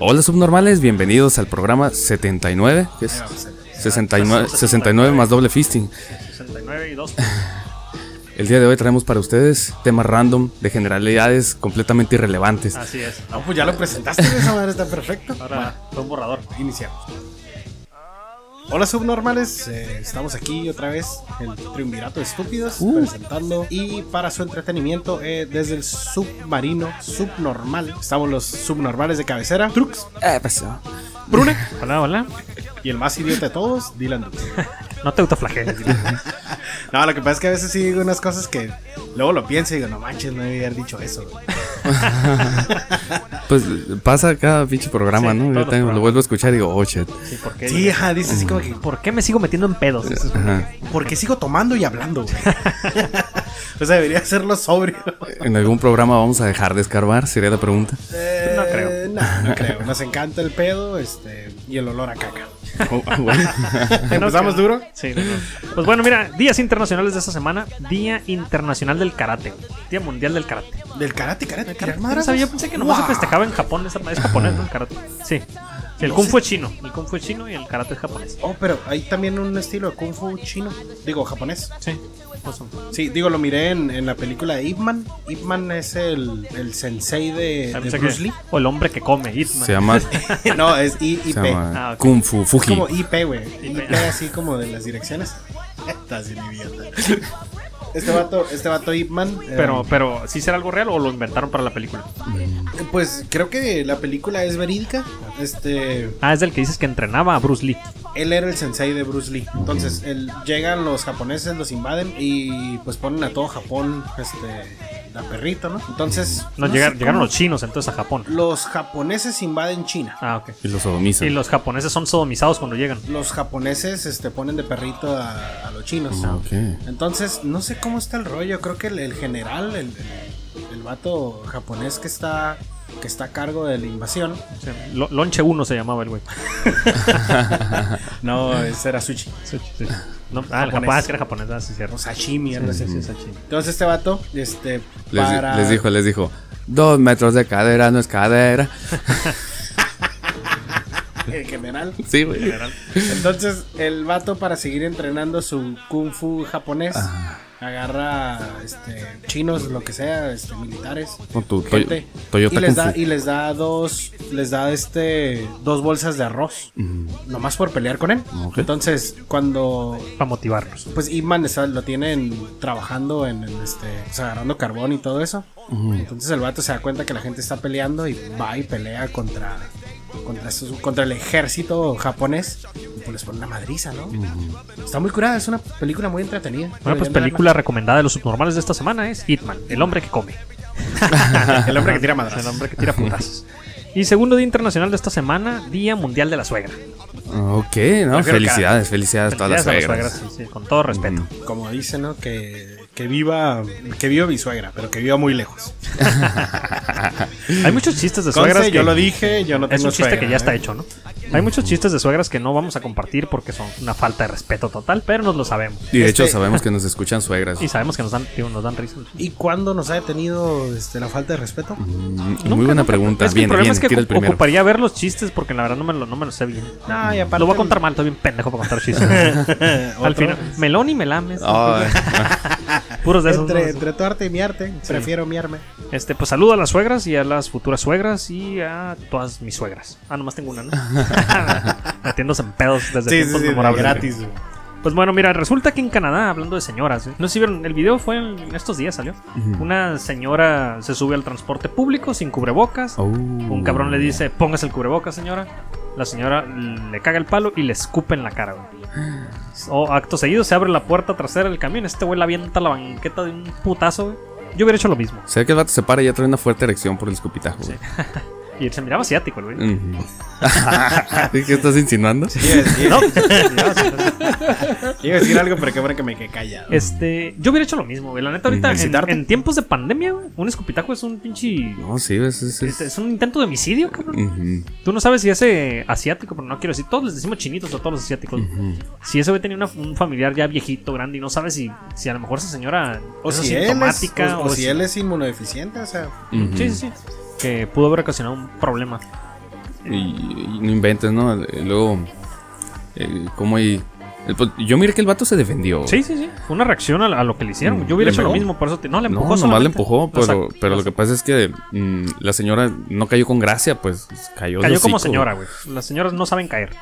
Hola subnormales, bienvenidos al programa 79, que es 69, 69 más doble fisting. 69 y 2. El día de hoy traemos para ustedes temas random de generalidades completamente irrelevantes. Así es. No, pues ya lo presentaste, esa madre está perfecto. Ahora fue un borrador. Iniciamos. Hola subnormales, eh, estamos aquí otra vez, el Triunvirato de Estúpidos, presentando. Y para su entretenimiento, eh, desde el submarino subnormal, estamos los subnormales de cabecera, Trux, Eh, pues, ah. Brune, Hola, hola. y el más idiota de todos, Dylan Dux. No te autoflageles. Dylan. No, lo que pasa es que a veces sí digo unas cosas que luego lo pienso y digo, no manches, no debía haber dicho eso. güey". Pues pasa cada pinche programa, Sí, ¿no? todos Yo los tengo- programas. lo vuelvo a escuchar y digo, oh shit. Sí, ¿por qué? Sí, ajá, dice así como que, ¿Por qué me sigo metiendo en pedos? Eso es un- Ajá. ¿por qué sigo tomando y hablando? güey? o sea, debería hacerlo sobrio. ¿En algún programa vamos a dejar de escarbar? Sería la pregunta. Eh, No creo. No, no creo. Nos encanta el pedo este, y el olor a caca. Oh, ah, bueno. ¿Empezamos creo. duro? Sí, no, no. Pues bueno, mira, días internacionales de esta semana. Día Internacional del Karate. Día Mundial del Karate. Del karate, karate, karate. No sabía, yo pensé que nomás se festejaba en Japón. esa madre. Es japonés, ¿no? El karate. Sí. Sí, el No kung sé. fu es chino. El kung fu es chino y el karate es japonés. Oh, pero hay también un estilo de kung fu chino. Digo, japonés. Sí. Awesome. Sí, digo, lo miré en, en la película de Ip Man. Ip Man es el, el sensei de, Ah, de pensé eh, Bruce que- O el hombre que come, Ip Man. Se llama, Lee. no, es I- se IP. llama Ah, ok. Kung Fu Es Fuji. como IP, güey. IP. IP así como de las direcciones. Estás bien idiota. Este vato, este vato Ip Man. eh, Pero, pero, ¿sí será algo real o lo inventaron para la película? Pues creo que la película es verídica. Este, Ah, es del que dices que entrenaba a Bruce Lee. él era el sensei de Bruce Lee. Entonces, él, llegan los japoneses, los invaden y pues ponen a todo Japón, este, la perrito, ¿no? Entonces, No, sé llegar- cómo- llegaron los chinos entonces a Japón. los japoneses invaden China. Ah, ok. Y los sodomizan. Y los japoneses son sodomizados cuando llegan. Los japoneses este, ponen de perrito a, a los chinos. Ah, ok. Entonces, no sé cómo está el rollo. Creo que el, el general, el, el- el vato japonés que está, que está a cargo de la invasión, Sí, Lo- Lonche 1 se llamaba el güey. no, ese era Sushi. Sí, sí. No, ah, el Japonés. japonés que era japonés, ah, sí, cierto. O sashimi, algo así. Sí, sí, sí. Entonces este vato, este, Les, para... les dijo, les dijo, dos metros de cadera no es cadera. En general. Sí, güey. Entonces el vato para seguir entrenando su kung fu japonés, agarra, este, chinos, lo que sea, este, militares. Con tu Toy- gente, Toyota y les Kung da, Fu. y les da dos, les da este, dos bolsas de arroz, nomás por pelear con él. Mm, Ok. Entonces cuando Para motivarlos. pues Iman está- lo tienen trabajando en, en, este, pues, agarrando carbón y todo eso. Mm, Entonces el vato se da cuenta que la gente está peleando y va y pelea contra contra estos- contra el ejército japonés y pues les pone una madriza, ¿no? Está muy curada, es una película muy entretenida. Bueno, pues Deberían de película recomendada de los subnormales de esta semana es Hitman, el hombre que come. verla. el hombre que tira madrazos. El hombre que tira putazos. Y segundo día internacional de esta semana, Día Mundial de la Suegra. Ok, no, al felicidades, felicidades a todas las Felicidades a suegras. suegras, sí, sí, con todo respeto. Como dicen, ¿no? Que, que viva que viva mi suegra, pero que viva muy lejos. Hay muchos chistes de Conste, suegras que yo lo dije, yo no Es tengo un chiste suegra, que ya está ¿eh? hecho, ¿no? Hay muchos chistes de suegras que no vamos a compartir porque son una falta de respeto total, pero nos lo sabemos. Y de hecho Este- sabemos que nos escuchan suegras. Mm, Y sabemos que nos dan, digo, nos dan risa. ¿Y cuándo nos ha detenido este, la falta de respeto? Mm, Nunca, Muy buena nunca. pregunta. Es que bien, el problema bien, es que tira el ocu- primero. ocuparía ver los chistes porque la verdad no me lo, no me lo sé bien. No, y aparte- Lo voy a contar mal, estoy bien pendejo para contar chistes. Al Otro. final, melón y melames. Ay, Puros de esos. Entre, ¿no? entre tu arte y mi arte, prefiero mi arme. Este, pues saludo a las suegras y a las futuras suegras y a todas mis suegras. Ah, nomás tengo una, ¿no? Metiéndose en pedos desde tiempos memorables. Pues bueno, mira, resulta que en Canadá, hablando de señoras, ¿eh? no sé si vieron, el video fue en estos días, salió. Una señora se sube al transporte público sin cubrebocas. Oh. Un cabrón le dice, póngase el cubrebocas, señora. La señora le caga el palo y le escupe en la cara, güey. O acto seguido se abre la puerta trasera del camión. Este güey la avienta a la banqueta de un putazo, güey. Yo hubiera hecho lo mismo. Se ve que el vato se para y ya trae una fuerte erección por el escupitajo. güey. Y se miraba asiático, el güey. Ujú. ¿Qué estás insinuando? No, se miraba asiático. Iba a decir algo, pero qué bueno que me quedé callado. Este, yo hubiera hecho lo mismo, güey. La neta, ahorita, en, ¿Felicitarte? en tiempos de pandemia, güey, un escupitajo es un pinche. No, sí, es. es- Mm-hmm. es- Este Es, es un intento de homicidio, cabrón. Ujú. Tú no sabes si ese asiático, pero no quiero decir, todos les decimos chinitos a todos los asiáticos. Si ese güey tenía una- un familiar ya viejito, grande, y no sabes si, si a lo mejor esa señora O es si, él es, asintomática o, o si él es inmunodeficiente, o sea. Ujú. Sí, sí, sí. Que pudo haber ocasionado un problema. Y, y no inventes, ¿no? Luego, eh, ¿cómo y.? el- pues, yo miré que el vato se defendió. Sí, sí, sí. Fue una reacción a, la- a lo que le hicieron. Yo hubiera ¿Le hecho lo pegó? mismo, por eso te... No, le No, empujó nomás solamente. le empujó, Lo pero, sac- pero lo que sac- pasa es que mm, la señora no cayó con gracia, pues cayó de Cayó como hocico. señora, güey. Las señoras no saben caer.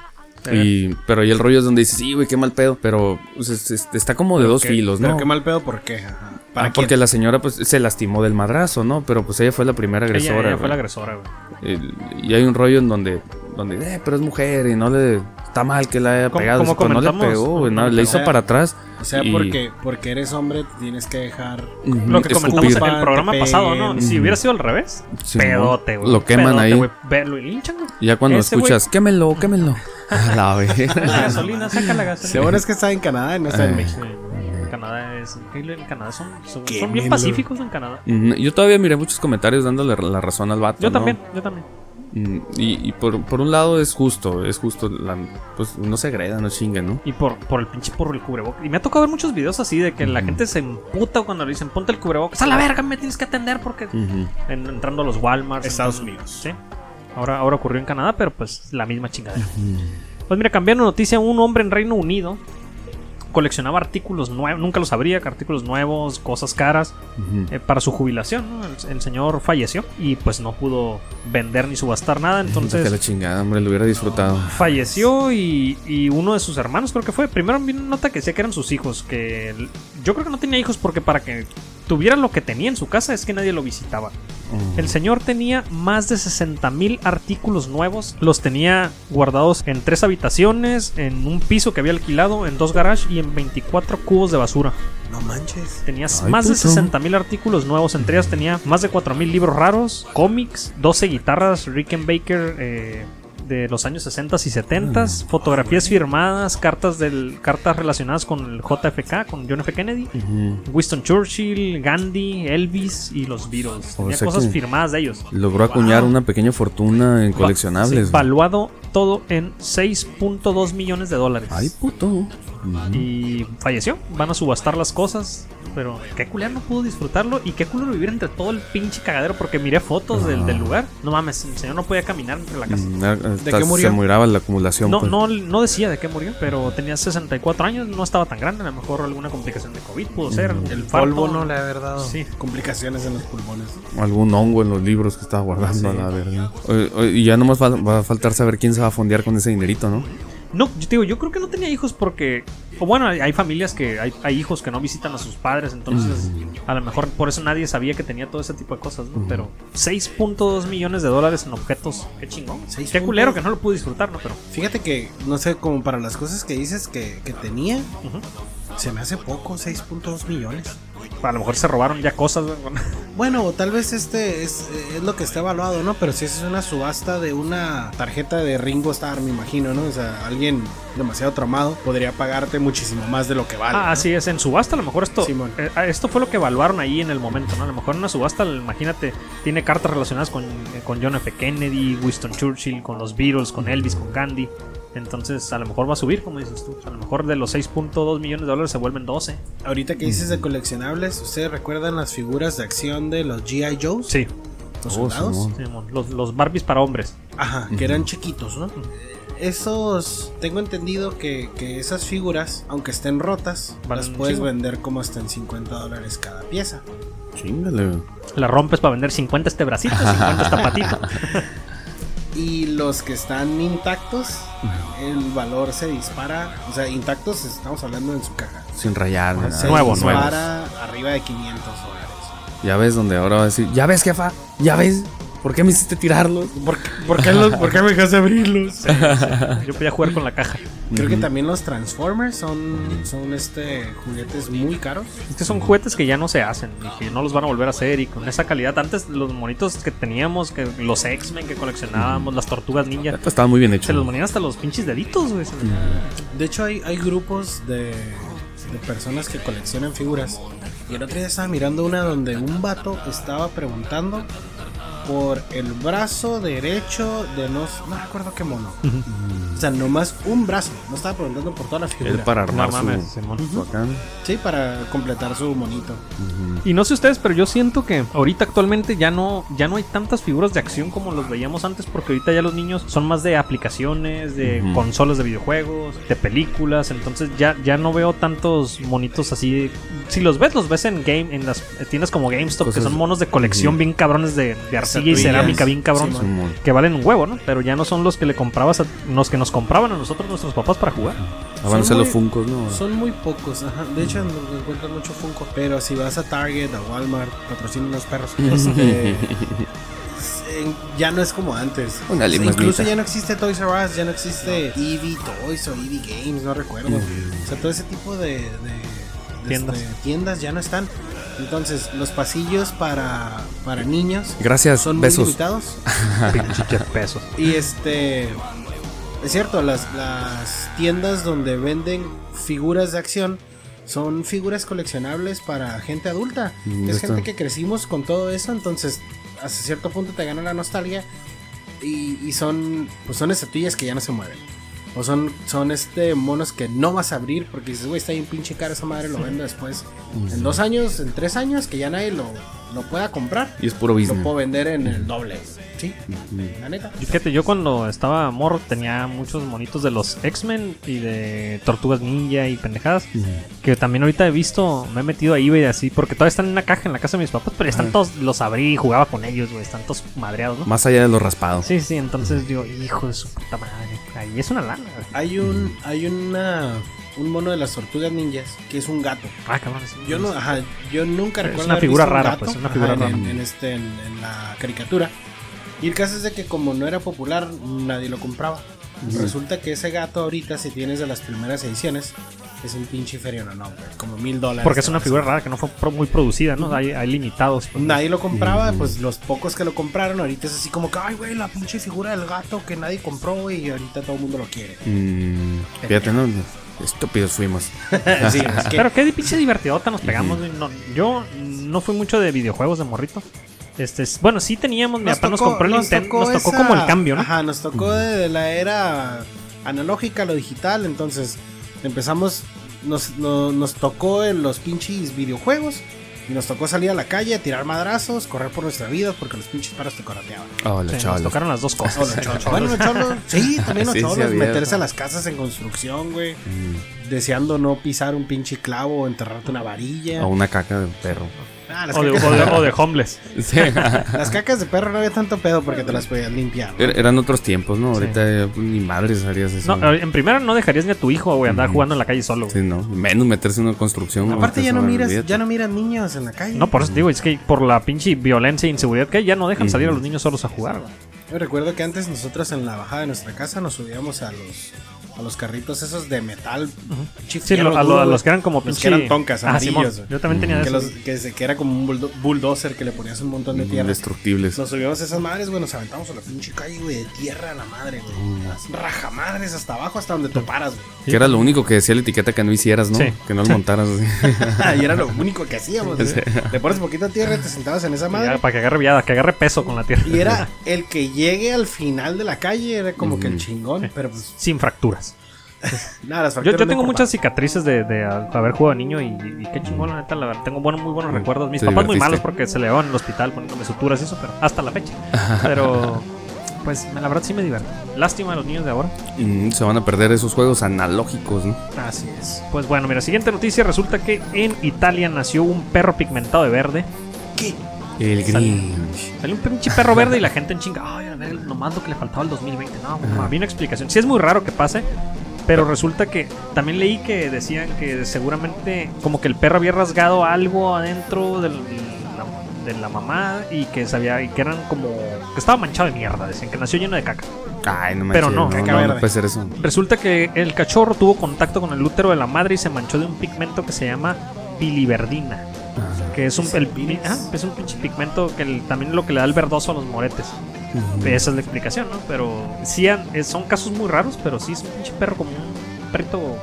Y, pero ahí el rollo es donde dices, sí, güey, qué mal pedo. Pero pues, es- es- está como de dos ¿Qué- filos, pero ¿no? qué mal pedo, ¿por qué? Ajá. Ah, porque la señora pues se lastimó del madrazo, ¿no? Pero pues ella fue la primera Ella- agresora. Ella, fue la güey. agresora, güey. El- y hay un rollo en donde, donde eh, pero es mujer y no le... Está mal que la haya Como- pegado. como Pues, no le comentamos, pegó, güey, como no, le hizo comentamos. para atrás. O sea, y- porque, porque eres hombre, tienes que dejar. Ujú, Lo que comentamos escupir. en el programa Te pasado, ¿no? peguen. Si hubiera sido al revés, Sí, pedote, ¿no? güey. Lo queman Pedote, ahí. güey. Ve- Lo linchan, güey. Y ya cuando Ese güey- escuchas, quémelo, quémelo. A la vez. La gasolina, saca la gasolina. Seguro es que está en Canadá y no está Eh. en México. Sí. Canadá es. En Canadá son, son, Qué son bien melo. pacíficos en Canadá. Mm, Yo todavía miré muchos comentarios dándole la razón al vato. Yo Pues ¿no? también, yo también. Mm, Y, y por, por un lado es justo, es justo. la- pues no se agreda, no chinguen, ¿no? Y por, por el pinche por el cubrebocas. Y me ha tocado ver muchos videos así de que la gente se emputa cuando le dicen ponte el cubrebocas. A la verga, me tienes que atender porque. Ujú. en- entrando a los Walmart. Estados Unidos. Sí. Ahora, ahora ocurrió en Canadá, pero pues la misma chingadera. Pues mira, cambiando de noticia, un hombre en Reino Unido coleccionaba artículos nuevos, nunca los sabría, artículos nuevos, cosas caras, Ujú. eh, para su jubilación. ¿no? El, el señor falleció y pues no pudo vender ni subastar nada, Que la entonces chingada, hombre, lo hubiera disfrutado. falleció y, y uno de sus hermanos creo que fue. Primero vi una nota que decía que eran sus hijos, que el- yo creo que no tenía hijos porque para que tuviera lo que tenía en su casa es que nadie lo visitaba. Ujú. El señor tenía más de 60 mil artículos nuevos. Los tenía guardados en tres habitaciones, en un piso que había alquilado, en dos garages y en 24 cubos de basura. No manches. Tenía Ay, más de puto. 60 mil artículos nuevos. Entre ellas tenía más de 4 mil libros raros, cómics, 12 guitarras Rickenbacker eh, de los años 60 y 70, Ah, fotografías firmadas, cartas, del, cartas relacionadas con el JFK, con John F. Kennedy. Ujú. Winston Churchill, Gandhi, Elvis y los Beatles. O Tenía sea cosas que- firmadas de ellos. Logró acuñar una pequeña fortuna en coleccionables. Sí, güey. valuado todo en 6.2 millones de dólares. Ay, puto. Ujú. Y falleció. Van a subastar las cosas. Pero qué culero no pudo disfrutarlo. Y qué culero vivir entre todo el pinche cagadero. Porque miré fotos del, del lugar. No mames, el señor no podía caminar entre la casa. Mm, ah, hasta qué murió? Se muraba la acumulación. No, pues. no, no decía de qué murió, pero tenía 64 años, no estaba tan grande, a lo mejor alguna complicación de COVID pudo ser. Mm, El infarto. polvo no le ha dado Sí. complicaciones en los pulmones. Algún hongo en los libros que estaba guardando, la verdad. Oye, oye, Y ya nomás fal- va a faltar saber quién se va a fondear con ese dinerito, ¿no? No, yo te digo, yo creo que no tenía hijos porque. O bueno, hay, hay familias que. Hay, hay hijos que no visitan a sus padres, entonces. A lo mejor por eso nadie sabía que tenía todo ese tipo de cosas, ¿no? Pero 6.2 millones de dólares en objetos. Qué chingón. Seis Qué punto- culero que no lo pude disfrutar, ¿no? Pero. Fíjate que, no sé, como para las cosas que dices que, que tenía, ujú. se me hace poco, 6.2 millones. A lo mejor se robaron ya cosas, güey. Bueno, o tal vez este es, es lo que está evaluado, ¿no? Pero si es una subasta de una tarjeta de Ringo Starr, me imagino, ¿no? O sea, alguien demasiado tramado podría pagarte muchísimo más de lo que vale. Ah, así es, en subasta a lo mejor esto Simón. eh, ah, esto fue lo que evaluaron ahí en el momento, ¿no? A lo mejor en una subasta, imagínate, tiene cartas relacionadas con, eh, con John F. Kennedy, Winston Churchill, con los Beatles, con Elvis, con Gandhi. Entonces a lo mejor va a subir, como dices tú. A lo mejor de los 6.2 millones de dólares se vuelven 12. Ahorita que dices Mm. de coleccionables, ¿ustedes recuerdan las figuras de acción de los G.I. Joes? Sí, Los Oh, soldados. Simón. Simón, los, los Barbies para hombres. Ajá, que eran chiquitos, ¿no? Esos, tengo entendido que, que esas figuras, aunque estén rotas, Valen las un puedes chingo. vender como hasta en 50 dólares cada pieza. Chingale. güey. La rompes para vender 50 este bracito, 50 esta patita. Y los que están intactos, el valor se dispara. O sea, intactos estamos hablando en su caja. Sin rayar. nada. Se Ah, Nuevo, nuevos. dispara arriba de 500 dólares. Ya ves donde ahora va a decir, ya ves, jefa, ya ves, ¿por qué me hiciste tirarlos? ¿Por, qué- por qué los- por qué me dejaste abrirlos? Yo podía jugar con la caja. Creo que también los Transformers son, son este juguetes muy caros. Es que son juguetes que ya no se hacen y que no los van a volver a hacer y con esa calidad. Antes los monitos que teníamos, que los X-Men que coleccionábamos, las tortugas ninja, pues, Estaba muy bien hecho. se los ponían hasta los pinches deditos, güey. Se les- De hecho, hay, hay grupos de, de personas que coleccionan figuras. Y el otro día estaba mirando una donde un vato estaba preguntando por el brazo derecho de los. No me acuerdo qué mono. o sea, nomás un brazo. No estaba preguntando por toda la figura. Él para armar No Ah, su, mames, Simón. su acá. Sí, para completar su monito. Y no sé ustedes, pero yo siento que ahorita actualmente ya no, ya no hay tantas figuras de acción como los veíamos antes, porque ahorita ya los niños son más de aplicaciones, de Ujú. consolas de videojuegos, de películas, entonces ya, ya no veo tantos monitos así. Si los ves, los ves en game, en las tiendas como GameStop, Cosas- que son monos de colección Ujú. bien cabrones de, de arcilla y Estatuillas. cerámica bien cabrón. Sí, Simón. que valen un huevo, ¿no? Pero ya no son los que le comprabas a los que nos compraban a nosotros nuestros papás para jugar. Van a ser muy- los funcos, ¿no? Son muy pocos, ajá. De hecho, no no encuentras mucho Funko. Pero si vas a Target, a Walmart, patrocinan unos perros. este, eh, ya no es como antes. Una O sea, limusnita. Incluso ya no existe Toys R Us, ya no existe EV Toys o EV Games, no recuerdo. O sea, todo ese tipo de, de- de, Tiendas. este, tiendas ya no están. Entonces, los pasillos para, para niños Gracias, son muy besos. limitados. Pinches pesos. Y este. Es cierto, las, las tiendas donde venden figuras de acción son figuras coleccionables para gente adulta. Mm, es ya gente está. que crecimos con todo eso, entonces hasta cierto punto te gana la nostalgia. Y, y son pues son estatuillas que ya no se mueven. O son, son este monos que no vas a abrir porque dices, güey, está bien pinche cara esa madre, lo vendo después. En dos años, en tres años, que ya nadie lo, lo pueda comprar. Y es puro Lo business. puedo vender en el doble. Sí, la neta. Y Fíjate, yo cuando estaba morro tenía muchos monitos de los X-Men y de Tortugas Ninja y pendejadas. Que también ahorita he visto, me he metido a eBay así, porque todavía están en una caja en la casa de mis papás, pero ya están todos, los abrí y jugaba con ellos, güey, están todos madreados, ¿no? Más allá de los raspados. Sí, sí, entonces digo, hijo de su puta madre, ahí es una lana, güey. Hay un hay una un mono de las tortugas ninjas que es un gato. Ah, cabrón, sí. Yo no, ajá, yo nunca Es recuerdo una haber figura visto un rara, gato, pues, una ajá, figura en- rara. en, este en, en la caricatura. Y el caso es de que como no era popular, nadie lo compraba. Resulta que ese gato ahorita si tienes de las primeras ediciones es un pinche inferior, no, güey, como mil dólares. Porque es te una vale figura rara que no fue pro- muy producida, ¿no? Hay, hay limitados. pues, Nadie lo compraba, pues los pocos que lo compraron ahorita es así como que, ay, güey, la pinche figura del gato que nadie compró, güey, y ahorita todo el mundo lo quiere. Mm, fíjate, ¿no? Estúpidos fuimos. Sí, es que- Pero qué pinche divertidota nos pegamos. güey. No, yo no fui mucho de videojuegos de morrito. Este, s- bueno, sí teníamos, mi papá nos tocó- compró el Nintendo, nos tocó esa- como el cambio, ¿no? Ajá, nos tocó de, de la era analógica a lo digital, entonces empezamos, nos, no- nos tocó en los pinches videojuegos y nos tocó salir a la calle, a tirar madrazos, correr por nuestra vida porque los pinches paros te correteaban. Hola, Sí, nos chaval. tocaron las dos O los cosas. cholos. Bueno, los cholos, sí, también los Sí, sí cholos, había, meterse ¿no? a las casas en construcción, güey, Mm, deseando no pisar un pinche clavo o enterrarte una varilla. o una caca de perro. Ah, las, o, de, cacas, o de- o de homeless. Sí. las cacas de perro no había tanto pedo porque te las podías limpiar. ¿no? Er- Eran otros tiempos, ¿no? Sí. Ahorita eh, ni madres harías eso. No, en primera no dejarías ni a tu hijo, güey, andar jugando en la calle solo. Sí, güey. no. Menos meterse en una construcción. Aparte ya ahorita no eso, miras, olvídate. ya no miras niños en la calle. No, por eso te digo, es que por la pinche violencia e inseguridad que hay, ya no dejan salir a los niños solos a jugar, güey. Yo recuerdo que antes nosotros en la bajada de nuestra casa nos subíamos a los a los carritos esos de metal. Sí, lo- a, lo- a los que eran como Los pinche. que eran toncas, Ah, Simón, amarillos, güey. Yo también tenía de que, esos. los, que, se- que era como un bulldo- bulldozer que le ponías un montón de tierra. Indestructibles. Nos subíamos a esas madres, güey, nos aventamos a la pinche calle, güey, de tierra a la madre, güey. Las rajamadres hasta abajo, hasta donde toparas, güey. Que era lo único que decía la etiqueta que no hicieras, ¿no? Sí. Que no lo montaras así. Ah, y era lo único que hacíamos, güey. Te pones poquita tierra y te sentabas en esa madre. Ya, Para que agarre viada, que agarre peso con la tierra. Y era el que llegue al final de la calle, era como que el chingón, pero pues Sin fracturas. nada, las facturas Yo, yo no tengo importaban. muchas cicatrices de, de al- haber jugado de niño y, y qué chingón, la neta. La verdad, tengo buenos, muy buenos recuerdos. Mis Te papás muy divertiste. malos porque se le van al hospital poniéndome suturas y eso, pero hasta la fecha. Pero, pues, la verdad sí me divertí. Lástima a los niños de ahora. Mm, se van a perder esos juegos analógicos, ¿no? Así es. Pues bueno, mira, siguiente noticia. Resulta que en Italia nació un perro pigmentado de verde. ¿Qué? El Grinch. Salió un pinche perro verde y la gente en chinga. Ay, a ver, nomás lo que le faltaba al 2020. No, no, había una explicación. Sí, es muy raro que pase. Pero resulta que también leí que decían que seguramente como que el perro había rasgado algo adentro del- de la, de la mamá y que sabía y que eran como que estaba manchado de mierda, decían que nació lleno de caca. Ay, no me Pero no, no. Caca no, no verde. puede ser eso. Resulta que el cachorro tuvo contacto con el útero de la madre y se manchó de un pigmento que se llama biliverdina. Que es un, el- ah, es un pinche pigmento que el- también lo que le da el verdoso a los moretes. Esa es la explicación, ¿no? Pero sí, han- eh, son casos muy raros, pero sí es un pinche perro como un perrito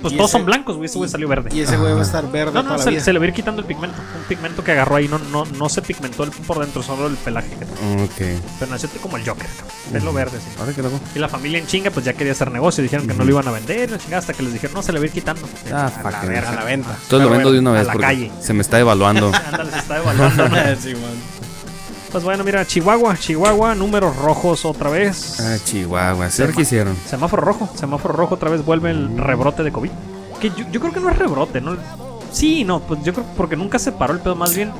Pues Y todos ese- son blancos, güey. Ese güey salió verde. Y ese güey va a estar verde No, toda no, la se, vida. se le va a ir quitando el pigmento. Un pigmento que agarró ahí. No, no, no se pigmentó el, por dentro, solo el pelaje. que tenía. Ok. Pero nació como el Joker, cabrón. Pelo verde, sí. Ahora qué loco. Y la familia en chinga, pues ya quería hacer negocio. Dijeron que no lo iban a vender, la chingada, hasta que les dijeron, no, se le va a ir quitando. Ah, a la fucking verga, hell. a la venta. Entonces lo Pero vendo bueno, de una A vez la porque calle. se me está evaluando. Ándale, se está evaluando. ¿no? Simón. Pues bueno, mira, Chihuahua, Chihuahua, números rojos otra vez. Ah, Chihuahua. ¿sí ahora qué hicieron? Semáforo rojo, semáforo rojo, otra vez vuelve el Mm. rebrote de COVID. Que yo, yo creo que no es rebrote, ¿no? Sí, no, pues yo creo que porque nunca se paró el pedo, más bien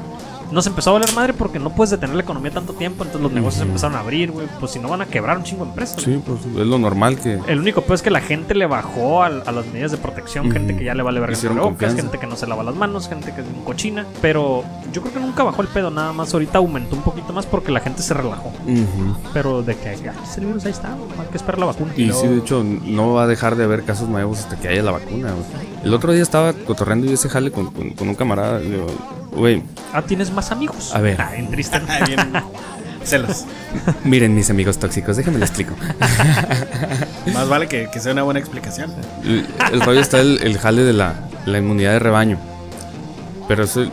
nos empezó a valer madre porque no puedes detener la economía tanto tiempo, entonces los negocios empezaron a abrir, güey, pues si no van a quebrar un chingo de empresas. Sí, pues es lo normal que. El único peor es que la gente le bajó al- a, las medidas de protección, Ujú. gente que ya le vale verga el Hicieron cubrebocas, confianza. gente que no se lava las manos, gente que es un cochina, pero yo creo que nunca bajó el pedo, nada más ahorita aumentó un poquito más porque la gente se relajó, Ujú. pero de que ya, ese virus ahí está, güey, hay que esperar la vacuna. Y sí, de hecho, no va a dejar de haber casos nuevos hasta que haya la vacuna, güey. El otro día estaba cotorreando yo ese jale con, con- con un camarada. le digo, Güey, Ah, tienes más amigos. A ver. Ah, en triste. Ahí vienen celos. miren mis amigos tóxicos, déjenme lo explico. Más vale que, que sea una buena explicación. El, el rollo está el, el jale de la, la inmunidad de rebaño. Pero eso, el,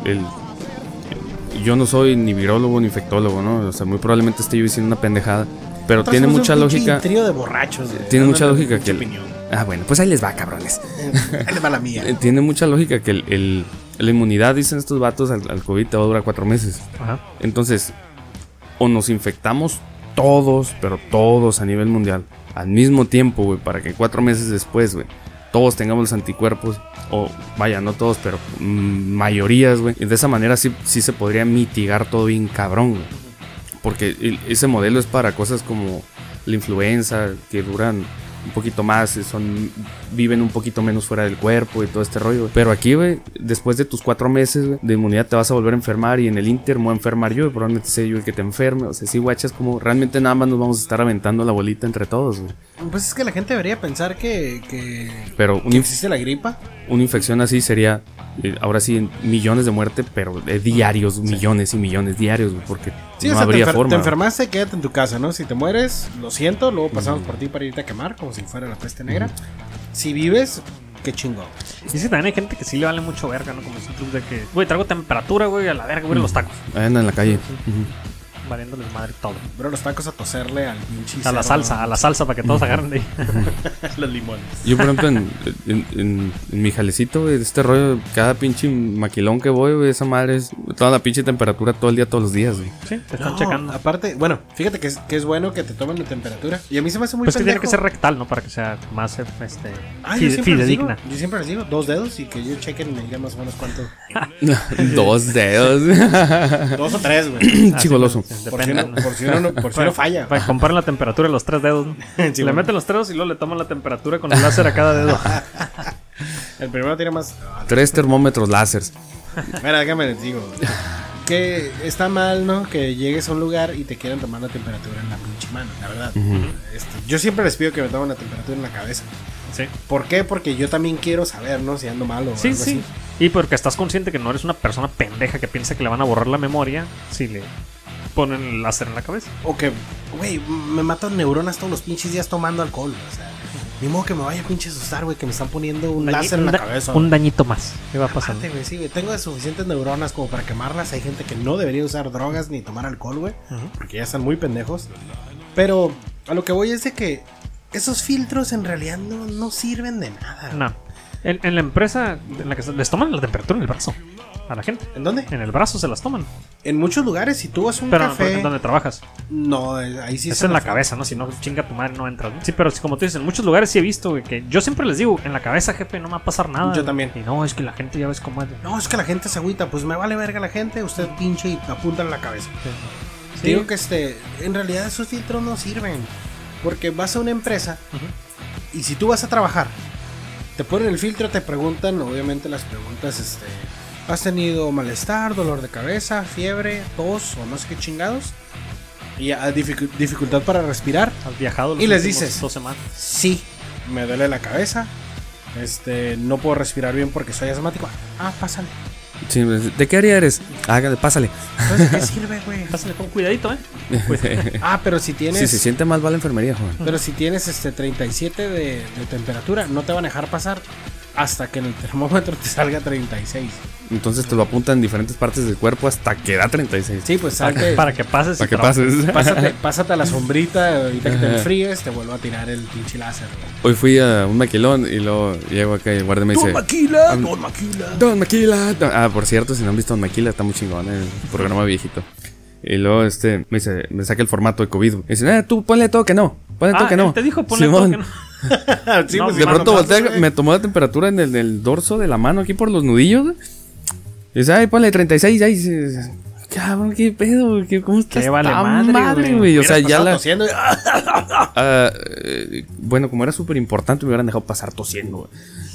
el- yo no soy ni virólogo ni infectólogo, ¿no? O sea, muy probablemente esté yo diciendo una pendejada. Pero tiene Somos un mucha pinche lógica. trío de borrachos. güey. Tiene No, mucha no, lógica pinche que. el- opinión. ah, bueno, pues ahí les va, cabrones. Ahí les va la mía. Eh, Tiene mucha lógica que el, el- la inmunidad, dicen estos vatos, al, al COVID te va a durar cuatro meses. Ajá. Entonces, o nos infectamos todos, pero todos a nivel mundial, al mismo tiempo, güey, para que cuatro meses después, güey, todos tengamos los anticuerpos, o vaya, no todos, pero mm, mayorías, güey. Y de esa manera sí, sí se podría mitigar todo bien cabrón, güey. Porque el- ese modelo es para cosas como la influenza, que duran un poquito más, son, viven un poquito menos fuera del cuerpo y todo este rollo. güey. Pero aquí, güey, después de tus cuatro meses güey, de inmunidad te vas a volver a enfermar y en el Inter me voy a enfermar yo y probablemente sea yo el que te enferme. O sea, sí, guachas, como realmente nada más nos vamos a estar aventando la bolita entre todos, güey. Pues es que la gente debería pensar que, que, Pero que una, inf- existe la gripa. una infección así sería, eh, ahora sí, en millones de muertes, pero de diarios, millones y millones diarios, güey, porque Sí, no o sea, te, habría enfer- forma. te güey. enfermaste, quédate en tu casa, ¿no? Si te mueres, lo siento, luego pasamos por ti para irte a quemar, como si fuera la peste negra. Si vives, qué chingón. Y sí, también hay gente que sí le vale mucho verga, ¿no? Como ese club de que, güey, traigo temperatura, güey, a la verga, güey, los Mm. tacos. Andan en la calle. Ujú. Valiéndoles madre todo. Bro, los tacos a toserle al pinche. A la cerdo, salsa, a la salsa para que todos agarren de ahí. Los limones. Yo, por ejemplo, en, en- en- en mi jalecito, güey, este rollo, cada pinche maquilón que voy, güey, esa madre es toda la pinche temperatura todo el día, todos los días, güey. Sí, te están No, ah, checando. Aparte, bueno, fíjate que es, que es bueno que te tomen la temperatura. Y a mí se me hace muy Pues que tiene pendejo. que ser rectal, ¿no? Para que sea más eh, este, Ah, yo fide- siempre les digo- fidedigna. Yo siempre les digo dos dedos y que yo chequen y me digan más o menos cuánto. Dos dedos. Dos o tres, güey. Ah, sí, Chigoloso. sí, Por si depende, no- ¿no? por si uno no- por si uno falla. Para que comparen la temperatura de los tres dedos. ¿no? Sí, le bueno. meten los tres dedos y luego le toman la temperatura con el láser a cada dedo. El primero tiene más. Tres termómetros láseres. Mira, déjame les digo. Que está mal, ¿no? Que llegues a un lugar y te quieran tomar la temperatura en la pinche mano, la verdad. Este, yo siempre les pido que me tomen la temperatura en la cabeza. Sí, ¿Por qué? Porque yo también quiero saber, ¿no? Si ando mal o sí. algo sí. así. Y porque estás consciente que no eres una persona pendeja que piensa que le van a borrar la memoria si le ponen el láser en la cabeza. O que, güey, me matan neuronas todos los pinches días tomando alcohol. O sea, ni modo que me vaya a pinche asustar, güey, que me están poniendo un Dañi- láser en la un da- cabeza. Ah, Un dañito más. ¿Qué va pasando? Aparte, güey, sí, güey, tengo suficientes neuronas como para quemarlas. Hay gente que no debería usar drogas ni tomar alcohol, güey. Porque ya están muy pendejos. Pero a lo que voy es de que esos filtros en realidad no, no sirven de nada. güey. No. En, en la empresa en la que se- les toman la temperatura en el brazo a la gente. ¿En dónde? En el brazo se las toman. En muchos lugares, si tú vas a un Pero no, café. en donde trabajas. No, eh, ahí sí es se en me la fue. cabeza, ¿no? Si no, chinga tu madre, no entras. Sí, pero sí, como tú dices, en muchos lugares sí he visto güey, que yo siempre les digo, en la cabeza, jefe, no me va a pasar nada. Yo güey. también. Y no, es que la gente ya ves cómo es. güey. No, es que la gente se agüita. Pues me vale verga la gente. Usted pinche y apunta en la cabeza. Sí. Digo que este, en realidad esos filtros no sirven. Porque vas a una empresa Ujú. y si tú vas a trabajar, te ponen el filtro, te preguntan, obviamente las preguntas, este, ¿has tenido malestar, dolor de cabeza, fiebre, tos o no sé qué chingados? Y ah, dificu- dificultad para respirar. Has viajado. los Y les últimos dices. Dos semanas. Sí, me duele la cabeza. Este, no puedo respirar bien porque soy asmático. Ah, pásale. Sí, pues, ¿De qué área eres? Hágale, pásale. Entonces, ¿qué sirve, güey? Pásale con cuidadito, ¿eh? Ah, pero si tienes Si se siente mal, va a la enfermería, joven. Pero si tienes este 37 de, de temperatura, no te van a dejar pasar. hasta que en el termómetro te salga 36. Entonces te lo apuntan en diferentes partes del cuerpo hasta que da 36. Sí, pues Para salte- que, para que pases. Para y que trabajes. pases. Pásate, pásate a la sombrita, ahorita que te enfríes, te vuelvo a tirar el pinche láser. güey. Hoy fui a un maquilón y luego llego acá y el guardia me dice: Maquila, Am- Don Maquila. Don Maquila. Don- Ah, por cierto, si no han visto Don Maquila, está muy chingón el programa viejito. Y luego este me dice, me saca el formato de COVID. Me dice, eh, tú ponle todo que no. Ponle todo Ah, que no. él te dijo, ponle todo Simón. Pues que no. Sí, No, pues, De mano, pronto manotazos, voltea, güey. me tomó la temperatura en el, en el dorso de la mano, aquí por los nudillos. güey. Y dice, ay, ponle 36, ay. dices, Cabrón, qué pedo, güey, ¿Qué- ¿cómo estás? Qué vale tan madre, güey. güey. O sea, Hubieras ya pasado la. tosiendo y- ah, eh, bueno, como era súper importante, me hubieran dejado pasar tosiendo, güey.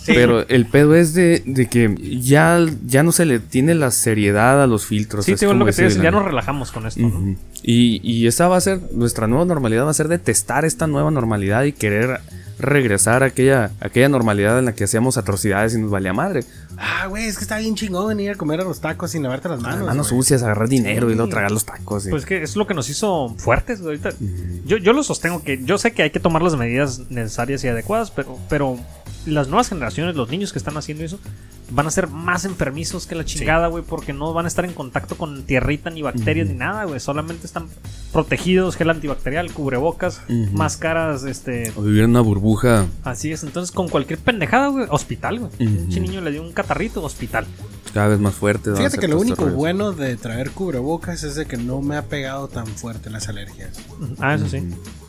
Sí. Pero el pedo es de, de que ya, ya no se le tiene la seriedad a los filtros. Sí, es te digo como lo que te decir, digo, ya la- nos relajamos con esto, ¿no? Ujú. Y, y esa va a ser, nuestra nueva normalidad va a ser de testar esta nueva normalidad y querer regresar a aquella, a aquella normalidad en la que hacíamos atrocidades y nos valía madre. Ah, güey, es que está bien chingón ir a comer a los tacos sin lavarte las manos. Las manos güey. sucias, agarrar dinero y luego tragar los tacos. y- Pues que es lo que nos hizo fuertes güey, ahorita. Yo, yo lo sostengo que yo sé que hay que tomar las medidas necesarias y adecuadas, pero, pero las nuevas generaciones, los niños que están haciendo eso, van a ser más enfermizos que la chingada, güey, porque no van a estar en contacto con tierrita ni bacterias ni nada, güey. Solamente están protegidos, gel antibacterial, cubrebocas, Ujú. máscaras, este. O vivir en una burbuja. Así es, entonces con cualquier pendejada, güey, hospital, güey. Ujú. Un niño le dio un catarrito, hospital. Cada vez más fuerte. Fíjate que lo único bueno de traer cubrebocas es de que no me ha pegado tan fuerte las alergias. Ah, eso sí.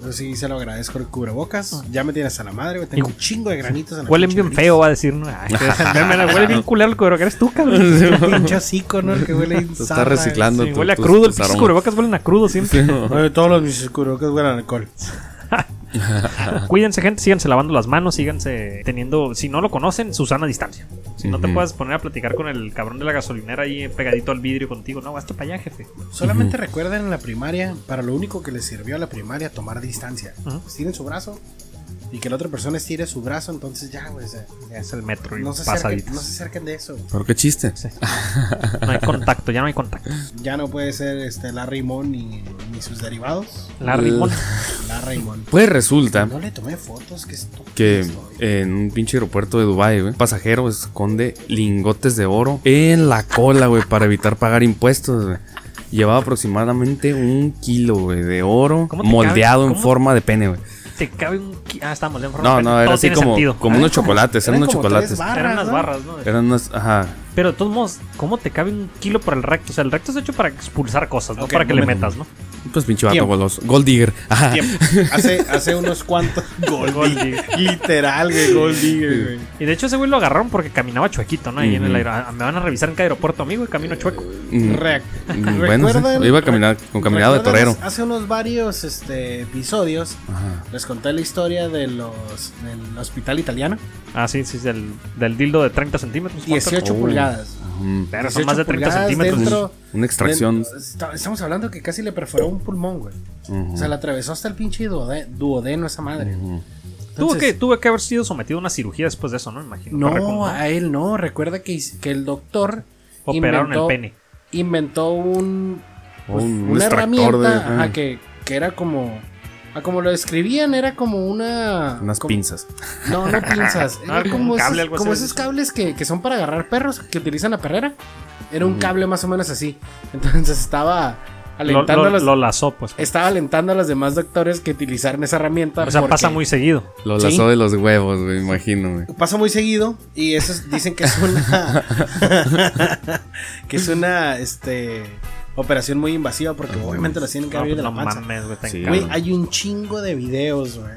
Yo sí se lo agradezco el cubrebocas. Ya me tienes a la madre, güey. Tengo Y- un chingo de granitos en la Ah. Huelen pinche bien nariz. feo, va a decir. ¿no? Ay, qué desagradable, huele bien culero el que eres tú, cabrón. Pinche hocico, ¿no? El que huele Se zarra, está güey. reciclando. Sí, tu- huele a tus- crudo, el tus pinche aromas. cubrebocas huelen a crudo siempre. Sí, no. Oye, todos los mis cubrebocas huelen a alcohol. Cuídense, gente, síganse lavando las manos, síganse teniendo, si no lo conocen, su sana distancia. Si no te Ujú. puedes poner a platicar con el cabrón de la gasolinera ahí pegadito al vidrio contigo, no, hasta para allá, jefe. Solamente recuerden en la primaria, para lo único que les sirvió a la primaria, tomar distancia. Ujú. Estiren su brazo y que la otra persona estire su brazo, entonces ya, güey. se- ya Es se- el metro y No se, acerquen, pasaditas. no se acerquen de eso. Pero qué chiste. Sí. No hay contacto, ya no hay contacto. Ya no puede ser este, la Raymond ni, ni sus derivados. La rimón. La Raymond. Pues resulta No le tomé fotos, que estúpido que soy. en un pinche aeropuerto de Dubai, güey, un pasajero esconde lingotes de oro en la cola, güey, para evitar pagar impuestos, güey. Llevaba aproximadamente un kilo, güey, de oro ¿Cómo te moldeado cabe? en ¿Cómo? forma de pene, güey. Te cabe un. qui- Ah, estamos en forma No, de- no, todo era así tiene como, sentido. Ah, como unos chocolates, eran Eran unos como tres chocolates. barras, Eran unas ¿no? barras, ¿no? Eran unos, ajá. Pero de todos modos, ¿cómo te cabe un kilo para el recto? O sea, el recto es hecho para expulsar cosas, no Ok, para que le momento. metas, ¿no? Pues pinche vato Tiempo. goloso. Gold digger. Ajá. Tiempo. Hace, hace unos cuantos. Gold Gold digger. Literal, güey. Gold digger, güey. Y de hecho ese güey lo agarraron porque caminaba chuequito, ¿no? Y en el Ujú. aero- ah, me van a revisar en cada aeropuerto, amigo, y camino chueco. Mm, Reac- mm, bueno, sí. ¿Recuerdan- iba a caminar con caminado de ¿recuerdan torero. hace- Hace unos varios este, episodios Ajá. les conté la historia de los, del hospital italiano. Ah, sí, sí, del, del dildo de 30 centímetros. ¿cuánto? 18 Oh. pulgadas. Mm, Pero son más de 18 30 pulgadas centímetros. dentro- Una extracción. dentro- esta- estamos hablando que casi le perforó un pulmón, güey. Ujú. O sea, le atravesó hasta el pinche duode- duodeno esa madre. Ujú. Tuvo, Entonces- que, tuvo que haber sido sometido a una cirugía después de eso, ¿no? Imagino. para No, recomponer. a él no. Recuerda que, que el doctor Operaron inventó- el pene. inventó un, pues, Un- un una extractor herramienta de- ajá. ajá, que, que era como ah, como lo describían era como una Unas como- pinzas. no no pinzas Ah, era como como, un esos, cable, algo así. como esos cables que, que son para agarrar perros que utilizan la perrera era un cable más o menos así entonces estaba Lo, alentando lo- a los lo lazó, pues. estaba alentando a los demás doctores que utilizaran esa herramienta O sea, pasa porque- muy seguido. Lo Sí. lazó de los huevos, güey, imagino, güey. pasa muy seguido y eso es- dicen que es una que es una este operación muy invasiva porque obviamente las tienen que No, pues abrir de no la panza. mames, güey, te Sí. encargo. Güey, hay un chingo de videos, güey.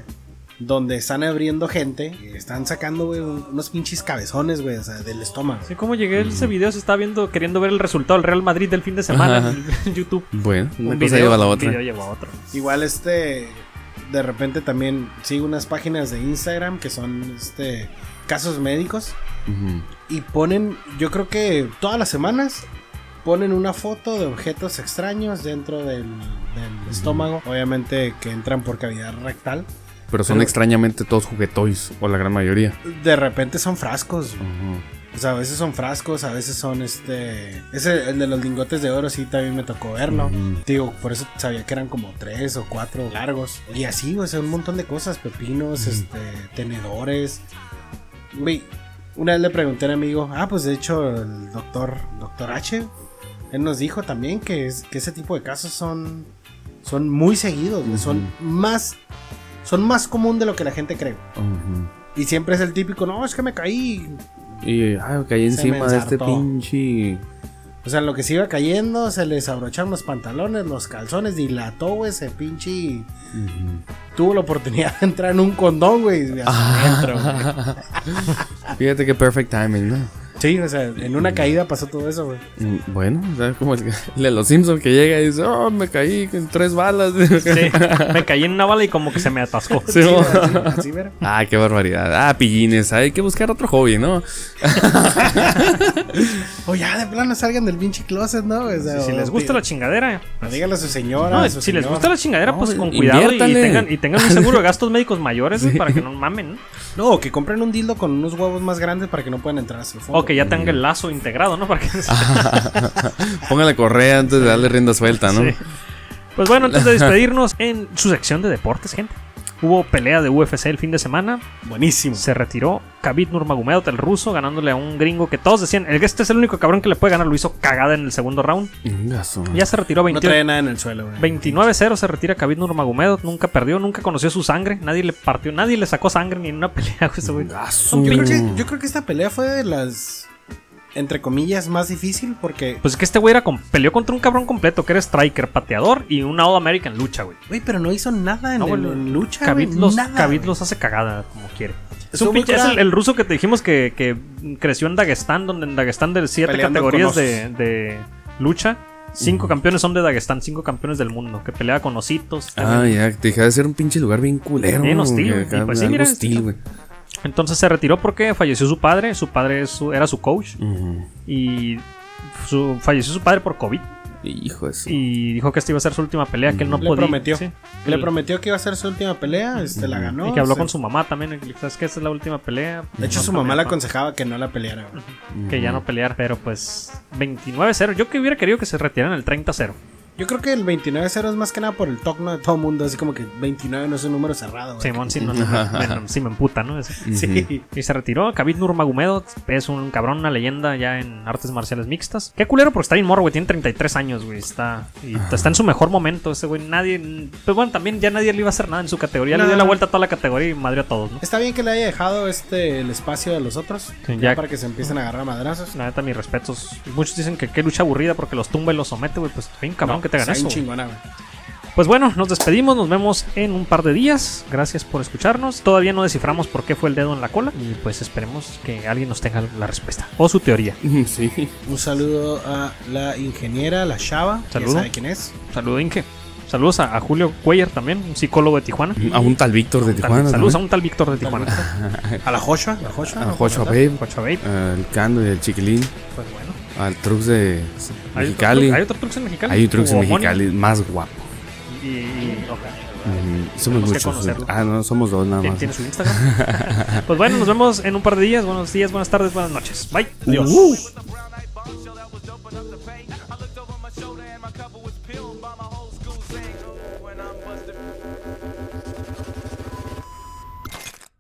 Donde están abriendo gente. y Están sacando, güey, un- unos pinches cabezones, güey. O sea, del estómago. Sí, como llegué a ese video, se estaba viendo, queriendo ver el resultado del Real Madrid del fin de semana Ajá. en en YouTube. Bueno, una Un cosa video, lleva a la un otra. video llevó a otro. Igual este. De repente también sigo unas páginas de Instagram que son este. casos médicos. Ujú. Y ponen. Yo creo que todas las semanas. Ponen una foto de objetos extraños dentro del, del estómago. Obviamente que entran por cavidad rectal. Pero son Pero- extrañamente todos juguetoys, o la gran mayoría. De repente son frascos. Ujú. O sea, a veces son frascos, a veces son este. Ese, el de los lingotes de oro, sí, también me tocó verlo. Ujú. Te Digo, por eso sabía que eran como tres o cuatro largos. Y así, o sea, un montón de cosas: pepinos, este, tenedores. Güey, Una vez le pregunté a un amigo, ah, pues de hecho el doctor, doctor H, él nos dijo también que, es- que ese tipo de casos son, son muy seguidos, güey, son más, son más común de lo que la gente cree. Ujú. Y siempre es el típico, no, es que me caí. Y ay, caí Se me encima de este ensartó. pinche. O sea, en lo que se iba cayendo, se les abrocharon los pantalones, los calzones, dilató, güey, ese pinche... Tuvo la oportunidad de entrar en un condón, güey, y Ah. hasta adentro, güey. Fíjate que perfect timing, ¿no? Sí, o sea, en una caída pasó todo eso, güey. Mm, Bueno, ¿sabes? Como el, el de los Simpsons que llega y dice, oh, me caí con tres balas. Sí, me caí en una bala y como que se me atascó. Sí, Sí, mo- así- así, mira. Ah, qué barbaridad. Ah, pillines, hay que buscar otro hobby, ¿no? O ya, ah, de plano salgan del pinche closet, ¿no? O sea, Si o les gusta di- la chingadera, o díganle a su señora. No, a si su les señor. gusta la chingadera, No, pues con cuidado y inviértale. tengan, y tengan un seguro de gastos médicos mayores güey, para que no mamen. ¿no? No, o que compren un dildo con unos huevos más grandes para que no puedan entrar hacia el fondo. O que ya tengan el lazo integrado, ¿no? Para que... Póngale correa antes de darle rienda suelta, ¿no? Sí. Pues bueno, antes de despedirnos, en su sección de deportes, gente. Hubo pelea de UFC el fin de semana. Buenísimo. Se retiró Khabib Nurmagomedov, el ruso, ganándole a un gringo que todos decían, el que este es el único cabrón que le puede ganar, lo hizo cagada en el segundo round. Venga, su- Ya se retiró No 28 trae nada en el suelo, güey. 29-0 se retira Khabib Nurmagomedov, nunca perdió, nunca conoció su sangre, nadie le partió, nadie le sacó sangre ni en una pelea, güey, ese güey. Venga, Yo su- creo, que, yo creo que esta pelea fue de las, entre comillas, más difícil porque... Pues es que este güey era con- peleó contra un cabrón completo que era striker, pateador y una All American lucha, güey. Güey, pero no hizo nada en, No, el- güey, en lucha, Khabib güey, los, nada, Khabib güey. los hace cagada como quiere. Es, Estuvo un muy pinche- es curada. el, el ruso que te dijimos que, que creció en Dagestán, donde en Dagestán de siete Peleando categorías con los- de, de lucha, Mm. cinco campeones son de Dagestán, cinco campeones del mundo, que pelea con ositos. Ah, ya, te dejé de ser un pinche lugar bien culero. Bien ¿no? hostil, Que güey. acá- Y pues sí, algo mira, hostil, güey. Entonces se retiró porque falleció su padre, su padre es su- era su coach Ujú. y su, falleció su padre por COVID Hijo de su- y dijo que esta iba a ser su última pelea, que él no Le podía. prometió. sí. Le prometió que iba a ser su última pelea, este, la ganó. y que habló se- con su mamá también, y que le dijo, ¿sabes qué? Esta es la última pelea. De hecho, su mamá le aconsejaba que no la peleara, güey. que ya no pelear, pero pues 29-0. Yo que hubiera querido que se retiraran el 30-0. Yo creo que el 29-0 es más que nada por el tocno de todo mundo, así como que 29 no es un número cerrado, güey. Simón, sí, no, no, no, bueno, sí me emputa, ¿no? Eso. Sí. Y se retiró. Khabib Nurmagomedov es un cabrón, una leyenda ya en artes marciales mixtas. Qué culero porque está bien morro, güey. Tiene 33 años, güey. Está, y está en su mejor momento ese güey. Nadie... Pues bueno, también ya nadie le iba a hacer nada en su categoría. Le No. dio la vuelta a toda la categoría y madre a todos, ¿no? Está bien que le haya dejado este el espacio de los otros Sí, ya ya- para que se empiecen a agarrar a madrazos. La neta, mis respetos. Y Muchos dicen que qué lucha aburrida porque los tumba y los somete, güey. Pues está bien cabrón que te Está ganas bien eso, güey. chingona, güey. Pues bueno, nos despedimos, nos vemos en un par de días. Gracias por escucharnos. Todavía no desciframos por qué fue el dedo en la cola y pues esperemos que alguien nos tenga la respuesta o su teoría. Sí. Un saludo a la ingeniera, la chava, Saludo. ya sabe quién es. Saludo Inge. Saludos a, a Julio Cuellar también, un psicólogo de Tijuana. A un tal Víctor de Tal- Tijuana. saludos a ¿no? un tal Víctor de Tijuana. A la Joshua, la Joshua. a ¿no? Ah, Joshua Babe, Cocho Babe, al Cando y al Chiquilín, pues bueno. al Trux de Hay otro Mexicali. tru- Hay otro Trux en Mexicali. Hay un Trux en Hugo Moni. Mexicali más guapo. Y, y- ok. Mm, Somos Tenemos que muchos. güey. conocerlo. Ah, no, somos dos nada ¿Tiene, más. tiene su Instagram. pues bueno, nos vemos en un par de días. Buenos días, buenas tardes, buenas noches. Bye. Adiós. Uh. I looked over my shoulder and my cover was peeled by my whole school saying,